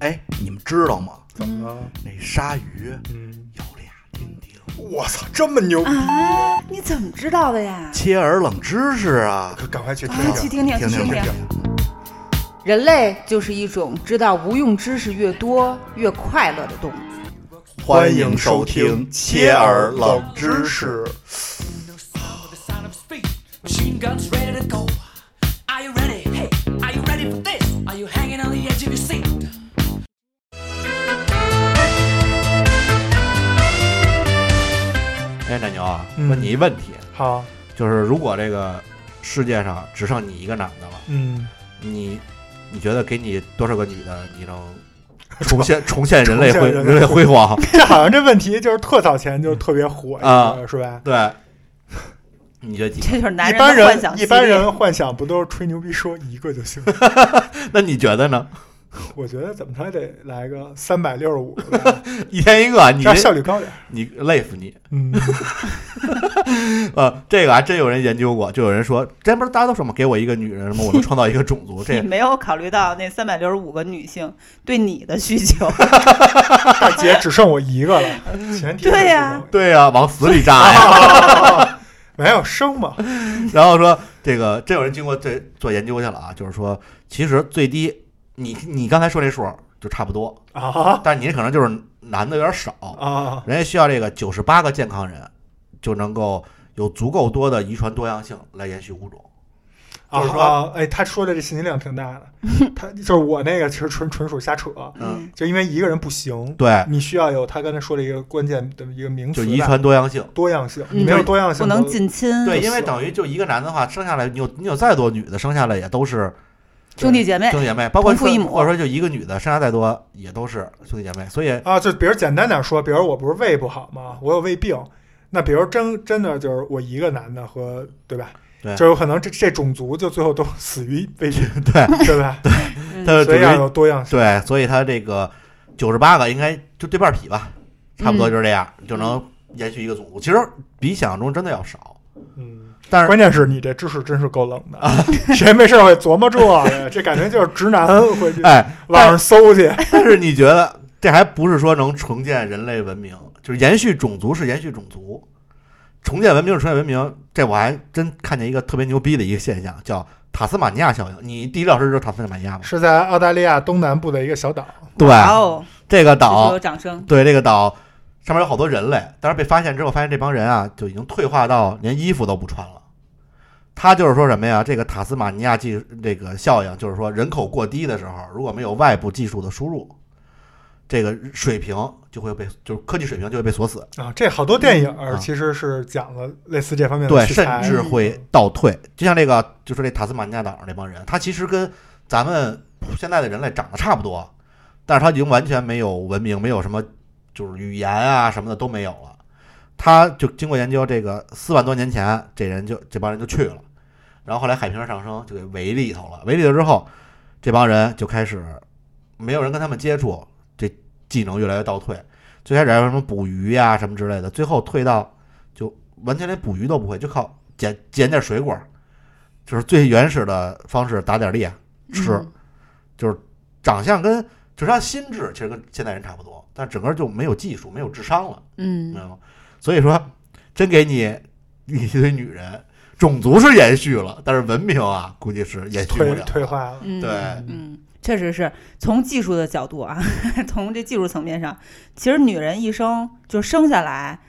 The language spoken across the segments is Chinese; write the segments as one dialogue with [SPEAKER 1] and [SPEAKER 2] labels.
[SPEAKER 1] 哎，你们知道吗？
[SPEAKER 2] 怎么了？
[SPEAKER 1] 那鲨鱼
[SPEAKER 2] 嗯，
[SPEAKER 1] 有俩丁丁。
[SPEAKER 2] 我操，这么牛！
[SPEAKER 3] 啊，你怎么知道的呀？
[SPEAKER 1] 切耳冷知识啊！
[SPEAKER 2] 可赶快去听
[SPEAKER 3] 啊，去听
[SPEAKER 2] 听。
[SPEAKER 3] 听，去
[SPEAKER 1] 听听
[SPEAKER 3] 听
[SPEAKER 2] 听
[SPEAKER 3] 听。
[SPEAKER 4] 人类就是一种知道无用知识越多越快乐的动物。
[SPEAKER 1] 欢迎收听切耳冷知识。
[SPEAKER 5] with the sound of speed. Machine guns ready to go. Are you ready? Hey, are you ready for this? Are you hanging on the edge of your seat?
[SPEAKER 6] 哎，奶牛啊，
[SPEAKER 2] 嗯
[SPEAKER 6] 问你一问题，
[SPEAKER 2] 好，
[SPEAKER 6] 就是如果这个世界上只剩你一个男的了，
[SPEAKER 2] 嗯，
[SPEAKER 6] 你你觉得给你多少个女的，你 能重现重现人类
[SPEAKER 2] 重
[SPEAKER 6] 辉
[SPEAKER 2] 现人类
[SPEAKER 6] 人类辉煌？
[SPEAKER 2] 这好像这问题就是特早前就特别火，
[SPEAKER 6] 啊
[SPEAKER 2] 是吧？
[SPEAKER 6] 对，你觉得几？
[SPEAKER 4] 这就是男
[SPEAKER 2] 一
[SPEAKER 4] 人
[SPEAKER 2] 般
[SPEAKER 4] 的幻
[SPEAKER 2] 人
[SPEAKER 4] 想
[SPEAKER 2] 一
[SPEAKER 4] 系列。
[SPEAKER 2] 般人幻想不都是吹牛逼说一个就行？
[SPEAKER 6] 那你觉得呢？
[SPEAKER 2] 我觉得怎么着也得来个三百六十五，
[SPEAKER 6] 一天一个，你
[SPEAKER 2] 这样效率高点儿。
[SPEAKER 6] 你累死你！
[SPEAKER 2] 嗯，
[SPEAKER 6] 呃，这个还真有人研究过，就有人说，这不是大家都说嘛，给我一个女人，什么我能创造一个种族，
[SPEAKER 4] 你
[SPEAKER 6] 这
[SPEAKER 4] 没有考虑到那三百六十五个女性对你的需 求。
[SPEAKER 2] 大姐只剩我一 个了，前提是
[SPEAKER 4] 对
[SPEAKER 2] 只剩我一
[SPEAKER 4] 呀
[SPEAKER 2] 个
[SPEAKER 6] 对呀、往死里扎呀！
[SPEAKER 2] 没有生嘛，
[SPEAKER 6] 然后说这个，这有人经过这做研究去了啊，就是说，其实最低，你你刚才说这数就差不多，
[SPEAKER 2] 啊
[SPEAKER 6] 但你可能就是男的有点少，
[SPEAKER 2] 啊，
[SPEAKER 6] 人家需要这个九十八个健康人，就能够有足够多的遗传多样性来延续物种。就是说
[SPEAKER 2] 啊，哎，他说的这信息量挺大的， 他就是我那个其实纯纯属瞎扯，
[SPEAKER 6] 嗯，
[SPEAKER 2] 就因为一个人不行，
[SPEAKER 6] 对，
[SPEAKER 2] 你需要有他刚才说的一个关键的一个名
[SPEAKER 6] 就
[SPEAKER 2] 词吧，
[SPEAKER 6] 遗传多样性。
[SPEAKER 2] 多样性，
[SPEAKER 4] 嗯
[SPEAKER 2] 你没有多样性
[SPEAKER 4] 不能
[SPEAKER 2] 都
[SPEAKER 4] 近亲，
[SPEAKER 6] 对，因为等于就一个男的话，生下来你有你有再多女的，生下来也都是
[SPEAKER 4] 兄弟姐妹
[SPEAKER 6] 兄弟姐妹，包括
[SPEAKER 4] 哎同父
[SPEAKER 6] 说
[SPEAKER 4] 异母
[SPEAKER 6] 或者说就一个女的，生下再多也都是兄弟姐妹，所以
[SPEAKER 2] 啊，就比如简单点说，比如我不是胃不好吗？我有胃病，那比如真真的就是我一个男的和对吧？
[SPEAKER 6] 对
[SPEAKER 2] 就有可能这这种族就最后都 死于胃病，
[SPEAKER 6] 对
[SPEAKER 2] 对吧？
[SPEAKER 4] 嗯
[SPEAKER 6] 它就
[SPEAKER 2] 所
[SPEAKER 6] 等
[SPEAKER 2] 以要
[SPEAKER 6] 于
[SPEAKER 2] 有多 样性。
[SPEAKER 6] 对，所以它这个九十八个应该就对半儿劈吧，差不多
[SPEAKER 4] 嗯
[SPEAKER 6] 就是这样，就能延续一个种族。其实比想象中真的要少，
[SPEAKER 2] 嗯，
[SPEAKER 6] 但是
[SPEAKER 2] 关键是你这知识真是够冷的， 谁没事会琢磨这个？这感觉就是直男会去
[SPEAKER 6] 哎，
[SPEAKER 2] 网上搜去。
[SPEAKER 6] 但是你觉得这还不是说能重建人类文明，就是延续种族是延续种族，重建文明是重建文明。这我还真看见一个特别牛逼的一个现象，叫塔斯马尼亚效应。你地理老师知道塔斯马尼亚吗？
[SPEAKER 2] 是在澳大利亚东南部的一个小岛，
[SPEAKER 6] 对，
[SPEAKER 4] 哇哦，
[SPEAKER 6] 这个
[SPEAKER 4] 这时候
[SPEAKER 6] 岛
[SPEAKER 4] 有，掌声。
[SPEAKER 6] 对这个岛上面有好多人类，但是被发现之后，发现这帮人啊就已经退化到连衣服都不穿了。他就是说什么呀？这个塔斯马尼亚技这个效应，就是说人口过低的时候，如果没有外部技术的输入，这个水平就会被就是科技水平就会被锁死，
[SPEAKER 2] 啊，这好多电影
[SPEAKER 6] 啊
[SPEAKER 2] 儿其实是讲了类似这方面的
[SPEAKER 6] 对，
[SPEAKER 2] 题
[SPEAKER 6] 甚
[SPEAKER 2] 材。
[SPEAKER 6] 至会倒退。就像这个，就说这塔斯马尼亚岛上这帮人，他其实跟咱们现在的人类长得差不多，但是他已经完全没有文明，没有什么就是语言啊什么的都没有了。他就经过研究，这个四万多年前，这人就这帮人就去了，然后后来海平面上升，就给围里头了。围里头之后，这帮人就开始没有人跟他们接触，这技能越来越倒退。最开始还有什么捕鱼呀、什么之类的，最后退到就完全连捕鱼都不会，就靠捡捡点水果，就是最原始的方式打点猎吃。
[SPEAKER 4] 嗯
[SPEAKER 6] 就是长相跟就是他心智其实跟现代人差不多，但整个就没有技术，没有智商了，明
[SPEAKER 4] 嗯，
[SPEAKER 6] 白吗？所以说，真给你一堆女人，种族是延续了，但是文明啊，估计是延续不
[SPEAKER 2] 嗯退
[SPEAKER 6] 了。哎
[SPEAKER 2] 退化了。
[SPEAKER 4] 嗯
[SPEAKER 6] 对，
[SPEAKER 4] 嗯，确实是从技术的角度啊， 从这技术层面上，其实女人一生就生下来，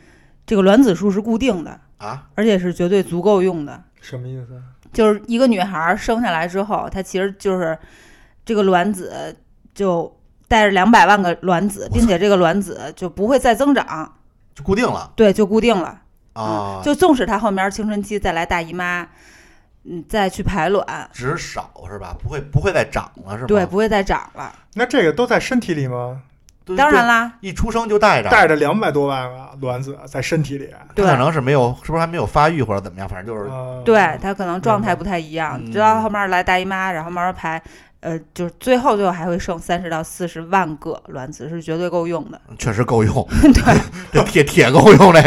[SPEAKER 4] 这个卵子数是固定的，
[SPEAKER 6] 啊，
[SPEAKER 4] 而且是绝对足够用的。
[SPEAKER 2] 什么意思？
[SPEAKER 4] 就是一个女孩儿生下来之后，她其实就是这个卵子就带着两百万个卵子，并且这个卵子就不会再增长，
[SPEAKER 6] 就固定了
[SPEAKER 4] 对，就固定了。
[SPEAKER 6] 啊，
[SPEAKER 4] 就纵使她后面青春期再来大姨妈，嗯，再去排卵，
[SPEAKER 6] 只是少是吧？不会不会再长了是吧？
[SPEAKER 4] 对，不会再长了。
[SPEAKER 2] 那这个都在身体里吗？
[SPEAKER 6] 嗯对，
[SPEAKER 4] 当然啦，
[SPEAKER 6] 对，一出生就带着，
[SPEAKER 2] 带着两百多万个卵子在身体里，啊、
[SPEAKER 6] 他
[SPEAKER 4] 对
[SPEAKER 6] 可能是没有，是不是还没有发育或者怎么样？反正就是
[SPEAKER 4] 对，她可能状态不太一样，
[SPEAKER 6] 嗯
[SPEAKER 4] 直到后面来大姨妈，然后慢慢排，呃，就是最后就还会剩三十到四十万个卵子是绝对够用 的。
[SPEAKER 6] 确实够用，
[SPEAKER 4] 对，
[SPEAKER 6] 这铁铁够用这，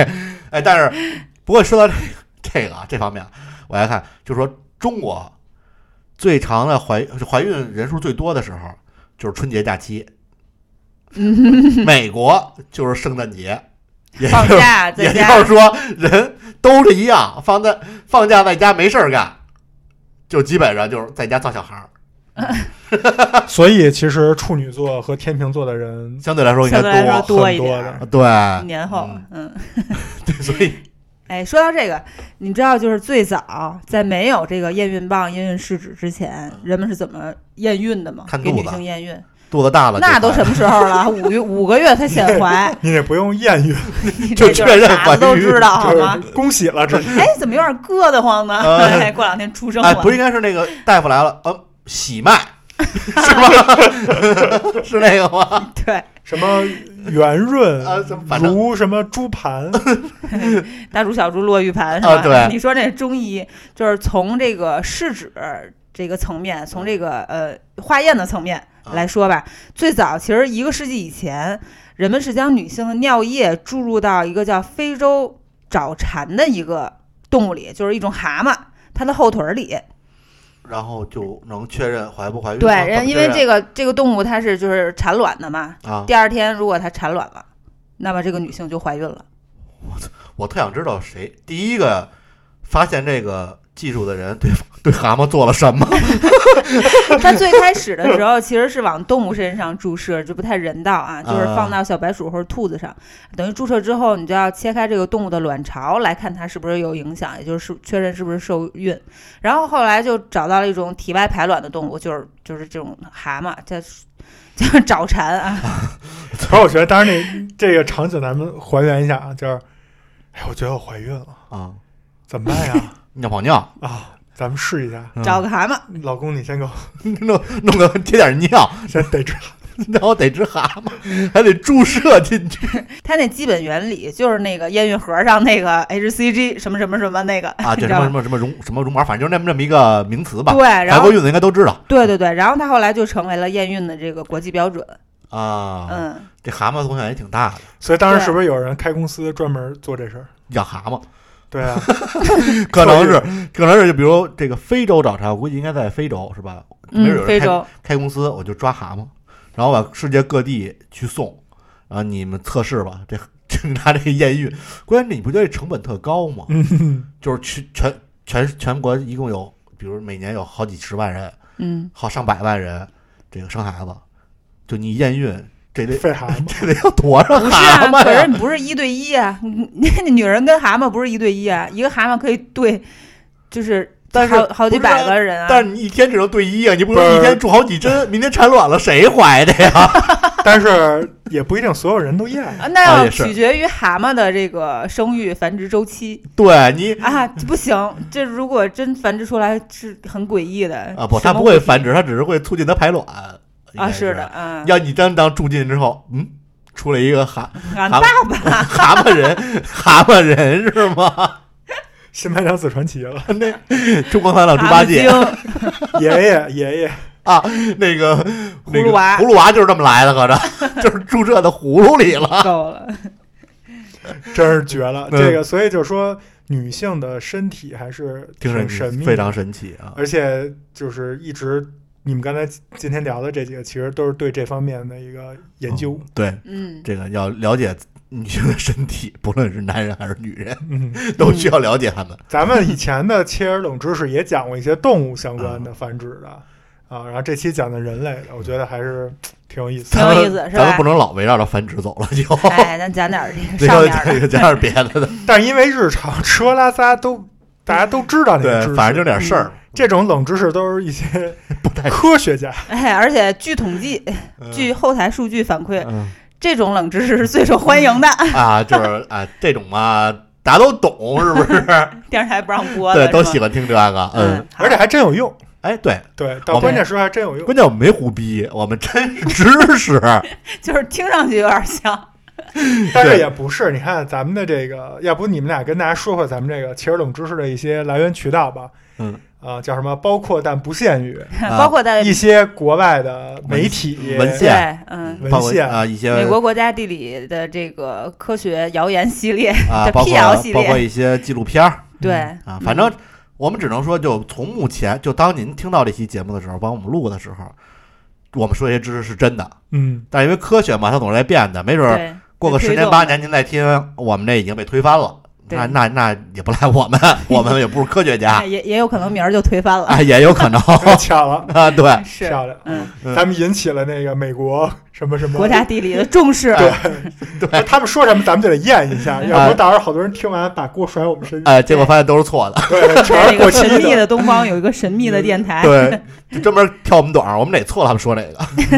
[SPEAKER 6] 哎，但是不过说到这这个啊这方面啊，我来看，就说中国最长的怀怀孕人数最多的时候就是春节 假期，美国就是圣诞节，也
[SPEAKER 4] 放
[SPEAKER 6] 就是
[SPEAKER 4] 假在
[SPEAKER 6] 也
[SPEAKER 4] 家
[SPEAKER 6] 就是说人都是一样，放在放假在家没事儿干，就基本上就是在家造小孩儿，
[SPEAKER 2] 所以其实处女座和天秤座的人
[SPEAKER 6] 相对来说应该
[SPEAKER 4] 相对来说
[SPEAKER 6] 多。
[SPEAKER 4] 多
[SPEAKER 2] 很
[SPEAKER 4] 一
[SPEAKER 2] 多
[SPEAKER 4] 点
[SPEAKER 2] 的
[SPEAKER 4] 儿。
[SPEAKER 6] 对，
[SPEAKER 4] 年后，嗯，
[SPEAKER 6] 对，所以
[SPEAKER 4] 哎，说到这个，你知道就是最早在没有这个验孕棒、验孕试纸之前，人们是怎么验孕的吗
[SPEAKER 6] 嗯看？
[SPEAKER 4] 给
[SPEAKER 6] 肚
[SPEAKER 4] 女
[SPEAKER 6] 子
[SPEAKER 4] 性验孕，
[SPEAKER 6] 肚子大了就
[SPEAKER 4] 那都
[SPEAKER 6] 怀
[SPEAKER 4] 什么时候了？五月五个月才显怀，
[SPEAKER 2] 你得不用艳遇，
[SPEAKER 4] 你
[SPEAKER 6] 就
[SPEAKER 4] 这是
[SPEAKER 6] 确认
[SPEAKER 4] 傻
[SPEAKER 6] 怀
[SPEAKER 4] 子都
[SPEAKER 6] 孕
[SPEAKER 4] 知道好吗
[SPEAKER 2] 就？是恭喜了，这是
[SPEAKER 4] 哎，怎么有点硌得慌呢？
[SPEAKER 6] 呃
[SPEAKER 4] 哎，过两天出生
[SPEAKER 6] 哎，
[SPEAKER 4] 了，
[SPEAKER 6] 不应该是那个大夫来了，呃，喜脉是吗？ 是那个吗？
[SPEAKER 4] 对，
[SPEAKER 2] 什么圆润
[SPEAKER 6] 啊怎么反正
[SPEAKER 2] 如什么猪盘，
[SPEAKER 4] 大猪小猪落玉盘是吧？
[SPEAKER 6] 啊对
[SPEAKER 4] 你说那中医就是从这个试纸这个层面，从这个呃化验的层面来说
[SPEAKER 6] 啊
[SPEAKER 4] 吧，最早其实一个世纪以前，人们是将女性的尿液注入到一个叫非洲沼蝉的一个动物里，就是一种蛤蟆。它的后腿儿里，
[SPEAKER 6] 然后就能确认怀不怀孕吗。
[SPEAKER 4] 对，人因为这
[SPEAKER 6] 个
[SPEAKER 4] 个这个动物它是就是产卵的嘛，
[SPEAKER 6] 啊，
[SPEAKER 4] 第二天如果它产卵了，那么这个女性就怀孕了。
[SPEAKER 6] 我特想知道谁第一个发现这个技术的人对对蛤蟆做了什么。
[SPEAKER 4] 它最开始的时候其实是往动物身上注射，这不太人道啊，就是放到小白鼠或者兔子上，等于注射之后，你就要切开这个动物的卵巢来看它是不是有影响，也就是确认是不是受孕。然后后来就找到了一种体外排卵的动物，就是就是这种蛤蟆，叫叫沼蝉啊，
[SPEAKER 2] 可是我觉得，当然那这个场景咱们还原一下啊，就是，哎，我觉得我怀孕了，
[SPEAKER 6] 啊，
[SPEAKER 2] 怎么办呀？
[SPEAKER 6] 尿泡尿，
[SPEAKER 2] 啊，咱们试一下，
[SPEAKER 6] 嗯
[SPEAKER 4] 找个蛤蟆，
[SPEAKER 2] 老公你先给我
[SPEAKER 6] 弄弄个接点尿，
[SPEAKER 2] 先逮着，
[SPEAKER 6] 然后得只蛤蟆，还得注射进去
[SPEAKER 4] 它那基本原理就是那个验孕盒上那个 HCG 什么什么什么那个
[SPEAKER 6] 啊，
[SPEAKER 4] 你
[SPEAKER 6] 对
[SPEAKER 4] 知
[SPEAKER 6] 什
[SPEAKER 4] 道
[SPEAKER 6] 么
[SPEAKER 4] 吧
[SPEAKER 6] 什么什么绒什么绒毛，反正就那么这么一个名词吧。
[SPEAKER 4] 对，然
[SPEAKER 6] 怀
[SPEAKER 4] 后
[SPEAKER 6] 过孕的应该都知道
[SPEAKER 4] 对对对，然后它后来就成为了验孕的这个国际标准，
[SPEAKER 6] 啊。，
[SPEAKER 4] 嗯。
[SPEAKER 6] 这蛤蟆从小也挺大的，
[SPEAKER 2] 所以当时是不是有人开公司专门做这事儿？
[SPEAKER 6] 养蛤蟆。
[SPEAKER 2] 对 啊，
[SPEAKER 6] 可能是，可能是，就比如这个非洲找茬，我估计应该在非洲是吧？没
[SPEAKER 4] 嗯，
[SPEAKER 6] 准有人
[SPEAKER 4] 非
[SPEAKER 6] 开
[SPEAKER 4] 洲
[SPEAKER 6] 开公司，我就抓蛤蟆，然后把世界各地去送，然后你们测试吧，这就拿这个验孕。关键是你不觉得这成本特高吗？
[SPEAKER 2] 嗯，
[SPEAKER 6] 就是去全全全国一共有，比如每年有好几十万人，
[SPEAKER 4] 嗯，
[SPEAKER 6] 好上百万人，这个生孩子，就你验孕，这得
[SPEAKER 2] 废蛤蟆，
[SPEAKER 6] 这得要多少
[SPEAKER 4] 不是啊
[SPEAKER 6] 蛤，蟆
[SPEAKER 4] 可是
[SPEAKER 6] 呀？
[SPEAKER 4] 你不是一对一啊， 你那女人跟蛤蟆不是一对一啊，一个蛤蟆可以对，就是
[SPEAKER 6] 但是
[SPEAKER 4] 好好几
[SPEAKER 6] 不是啊
[SPEAKER 4] 百个人啊，
[SPEAKER 6] 但是你一天只能对一啊，你不
[SPEAKER 2] 不
[SPEAKER 6] 能
[SPEAKER 2] 是
[SPEAKER 6] 一天注好几针，明天产卵了谁怀的呀？
[SPEAKER 2] 但是也不一定所有人都验。
[SPEAKER 4] 啊那
[SPEAKER 6] 啊
[SPEAKER 4] 要
[SPEAKER 6] 也是
[SPEAKER 4] 取决于蛤蟆的这个生育繁殖周期
[SPEAKER 6] 对你
[SPEAKER 4] 啊，不行，这如果真繁殖出来是很诡异的
[SPEAKER 6] 啊，不，
[SPEAKER 4] 呃什
[SPEAKER 6] 它
[SPEAKER 4] 么
[SPEAKER 6] 不会繁殖，它只是会促进它排卵。应
[SPEAKER 4] 啊，
[SPEAKER 6] 该
[SPEAKER 4] 是
[SPEAKER 6] 是
[SPEAKER 4] 的，。啊，
[SPEAKER 6] 要你真当住进之后，嗯，出了一个蛤
[SPEAKER 4] 俺
[SPEAKER 6] 蛤
[SPEAKER 4] 爸
[SPEAKER 6] 蟆蛤蟆人，蛤蟆人是吗？
[SPEAKER 2] 新白娘子传奇了，
[SPEAKER 6] 中国三老猪八
[SPEAKER 4] 蛤蟆
[SPEAKER 6] 戒
[SPEAKER 4] 精
[SPEAKER 2] 爷爷爷爷，
[SPEAKER 6] 那个那
[SPEAKER 4] 葫芦
[SPEAKER 6] 个
[SPEAKER 4] 娃
[SPEAKER 6] 葫芦娃就是这么来的，合着 就是注射到葫芦里了。
[SPEAKER 4] 够了，
[SPEAKER 2] 真是绝了。
[SPEAKER 6] 嗯
[SPEAKER 2] 这个，所以就说女性的身体还是
[SPEAKER 6] 听着
[SPEAKER 2] 挺
[SPEAKER 6] 你
[SPEAKER 2] 神秘的，
[SPEAKER 6] 非常神奇啊！
[SPEAKER 2] 而且就是一直你们刚才今天聊的这几个，其实都是对这方面的一个研究。
[SPEAKER 6] 嗯对
[SPEAKER 4] 嗯，
[SPEAKER 6] 这个要了解女性的身体，不论是男人还是女人，
[SPEAKER 2] 嗯，
[SPEAKER 6] 都需要了解他
[SPEAKER 4] 嗯
[SPEAKER 6] 们。
[SPEAKER 2] 咱们以前的切尔冷知识也讲过一些动物相关的繁殖的啊，然后这期讲的人类的，我觉得还是挺有意思
[SPEAKER 4] 挺
[SPEAKER 6] 嗯
[SPEAKER 2] 的。
[SPEAKER 4] 有意思是
[SPEAKER 6] 咱们
[SPEAKER 4] 吧
[SPEAKER 6] 不？能老围绕着繁殖走了，就
[SPEAKER 4] 哎，咱讲点儿这个
[SPEAKER 6] 这
[SPEAKER 4] 上
[SPEAKER 6] 个
[SPEAKER 4] 面儿
[SPEAKER 6] 这
[SPEAKER 4] 的，
[SPEAKER 6] 个加点别的 的，
[SPEAKER 2] 但是因为日常吃喝拉撒都大家都知道那个知
[SPEAKER 6] 对，
[SPEAKER 2] 识，嗯
[SPEAKER 6] 反正就点事儿。
[SPEAKER 2] 这种冷知识都是一些
[SPEAKER 6] 不 太
[SPEAKER 2] 科学家。
[SPEAKER 4] 哎，而且据统计，据后台数据反馈，
[SPEAKER 6] 嗯
[SPEAKER 4] 这种冷知识是最受欢迎的。
[SPEAKER 6] 啊，就是啊，这种嘛，大家都懂，是不 是？
[SPEAKER 4] 电视台不让播的，
[SPEAKER 6] 对，都喜
[SPEAKER 4] 欢。
[SPEAKER 6] 欢听这个。嗯
[SPEAKER 4] 嗯，，
[SPEAKER 2] 而且还真有用，
[SPEAKER 6] 哎，对，
[SPEAKER 2] 对，
[SPEAKER 6] 我
[SPEAKER 2] 到
[SPEAKER 6] 们
[SPEAKER 2] 关键时候还真有用。
[SPEAKER 6] 关键我们没胡逼，我们真是知 识。
[SPEAKER 4] 就是听上去有点像，
[SPEAKER 6] 啊
[SPEAKER 2] 但是
[SPEAKER 6] 对
[SPEAKER 2] 也不是，你看咱们的这个，要不你们俩跟大家说说咱们这个切尔冷知识的一些来源渠道吧？
[SPEAKER 6] 嗯，
[SPEAKER 2] 啊，叫什么？包括但不限 于
[SPEAKER 6] 啊
[SPEAKER 4] 包括在
[SPEAKER 2] 一些国外的媒体
[SPEAKER 6] 文献
[SPEAKER 4] 对，嗯，
[SPEAKER 2] 文
[SPEAKER 6] 包括
[SPEAKER 2] 献
[SPEAKER 6] 啊一些
[SPEAKER 4] 美国国家地理的这个科学谣言系列
[SPEAKER 6] 啊，
[SPEAKER 4] 的
[SPEAKER 6] 包
[SPEAKER 4] 辟谣
[SPEAKER 6] 括
[SPEAKER 4] 系
[SPEAKER 6] 包括
[SPEAKER 4] 列，
[SPEAKER 6] 一些纪录片儿
[SPEAKER 4] 对
[SPEAKER 6] 啊，反正我们只能说，就从目前，就当您听到这期节目的时候，帮我们录的时候，我们说这些知识是真的，
[SPEAKER 2] 嗯，
[SPEAKER 6] 但是因为科学嘛，它总是在变的，没准儿
[SPEAKER 4] 对，
[SPEAKER 6] 过个
[SPEAKER 4] 被
[SPEAKER 6] 十
[SPEAKER 4] 推
[SPEAKER 6] 年
[SPEAKER 4] 动
[SPEAKER 6] 八
[SPEAKER 4] 了
[SPEAKER 6] 年，您再听，我们这已经被推翻了。
[SPEAKER 4] 对
[SPEAKER 6] 那那那也不 赖我们，我们也不是科学家
[SPEAKER 4] 哎，也也有可能明儿就推翻了。
[SPEAKER 6] 啊，也有可能
[SPEAKER 2] 巧了，
[SPEAKER 6] 啊，对，
[SPEAKER 4] 是，
[SPEAKER 2] 漂亮，
[SPEAKER 4] 嗯，
[SPEAKER 6] 嗯
[SPEAKER 2] 咱们引起了那个美国什么什么
[SPEAKER 4] 国家地理的重视，
[SPEAKER 2] 对，他们说什么咱们就得验一 下，要不然到时候好多人听完把锅甩我们
[SPEAKER 4] 啊
[SPEAKER 2] 身上，
[SPEAKER 6] 哎，结果发现都是错的，
[SPEAKER 2] 对，全
[SPEAKER 4] 在
[SPEAKER 2] 是
[SPEAKER 4] 那
[SPEAKER 2] 过
[SPEAKER 4] 个
[SPEAKER 2] 期
[SPEAKER 4] 神秘的东方有一个神秘的电台。
[SPEAKER 6] 嗯对，就专门挑我们短儿，我们哪错了，他们说哪个，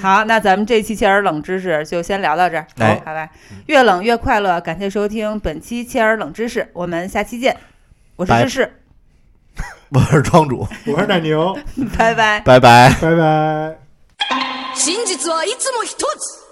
[SPEAKER 4] 好，那咱们这期切尔冷知识就先聊到这儿，
[SPEAKER 6] 哎
[SPEAKER 4] 好吧？越冷越快乐，感谢收听本期切尔冷知识，我们下期见。我是
[SPEAKER 6] 拜
[SPEAKER 4] 芝士，
[SPEAKER 6] 我是庄主，
[SPEAKER 2] 我是奶牛，
[SPEAKER 4] 拜拜。
[SPEAKER 6] 拜拜。
[SPEAKER 2] 拜拜。
[SPEAKER 7] 真実はいつも一つ